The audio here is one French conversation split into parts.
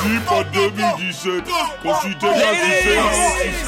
Si pas 2017, profitez de la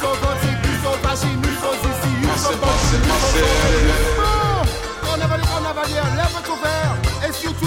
On avale, on avale, lève ton verre et surtout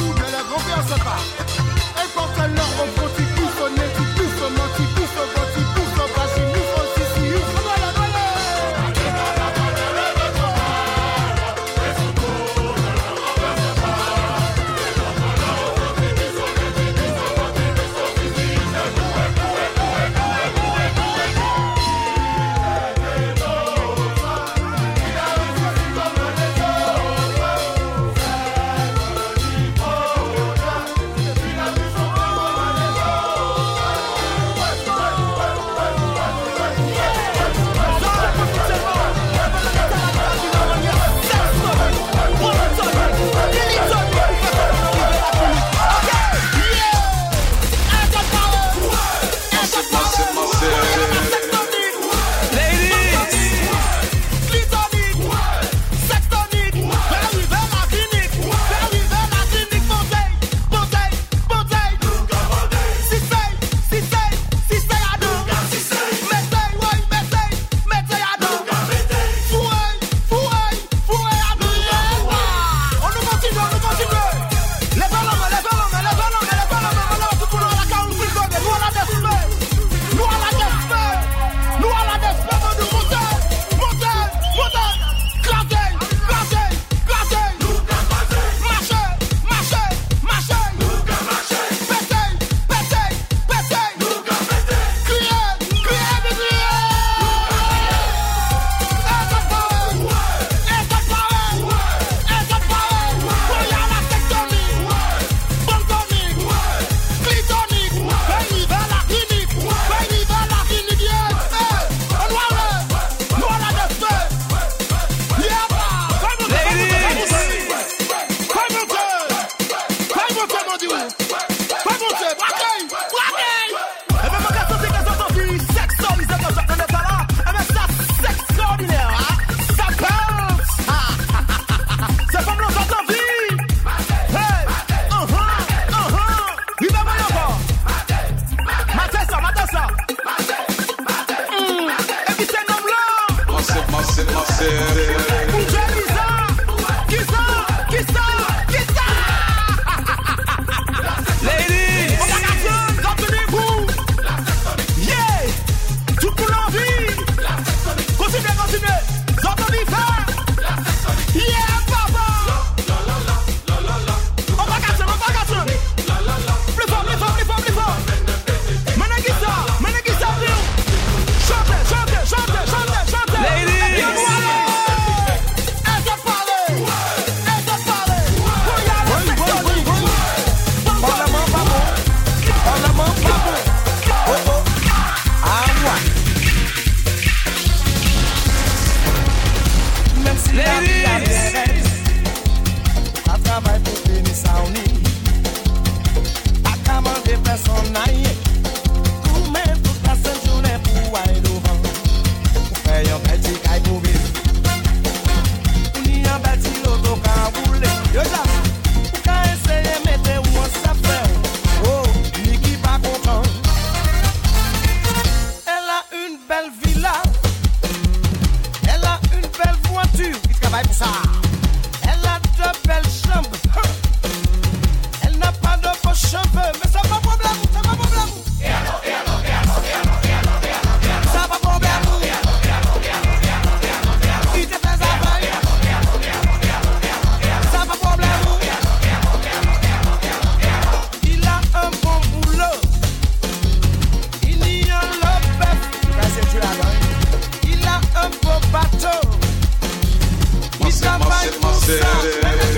Oh, hein. hein.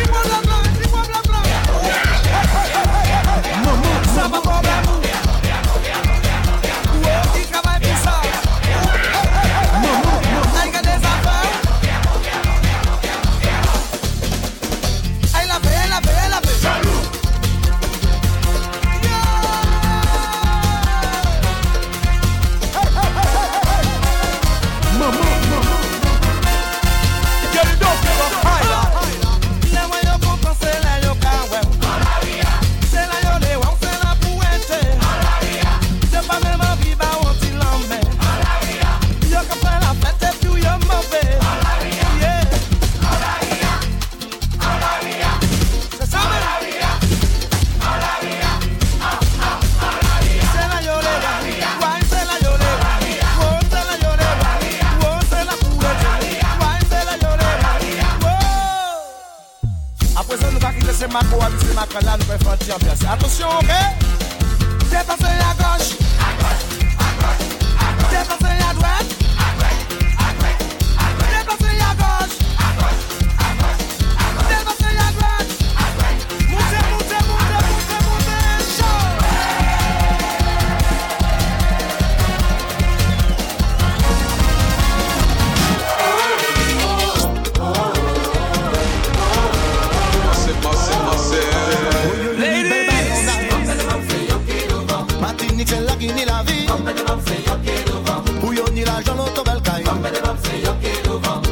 bon Ah, Macron, abuser Macron, là, nous pouvons faire bien ça. Attention, ok C'est passé à gauche. C'est passé à droite. C'est passé à gauche. C'est passé à droite. Montez, montez, montez, montez, montez, chaud. Martinique, c'est là qui ni la vie. Où y'en ni l'argent, l'on tombe le caille.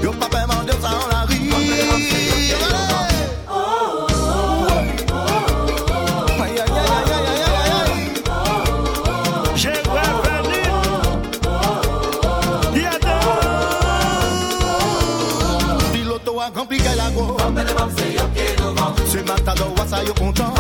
Yo, papa, m'en donne ça, on la rit. Ouais. Aïe, aïe, aïe, aïe, aïe, aïe, aïe. J'ai préféré. Il y a Piloto a grand pique la go Ce matador wa sa yo kontan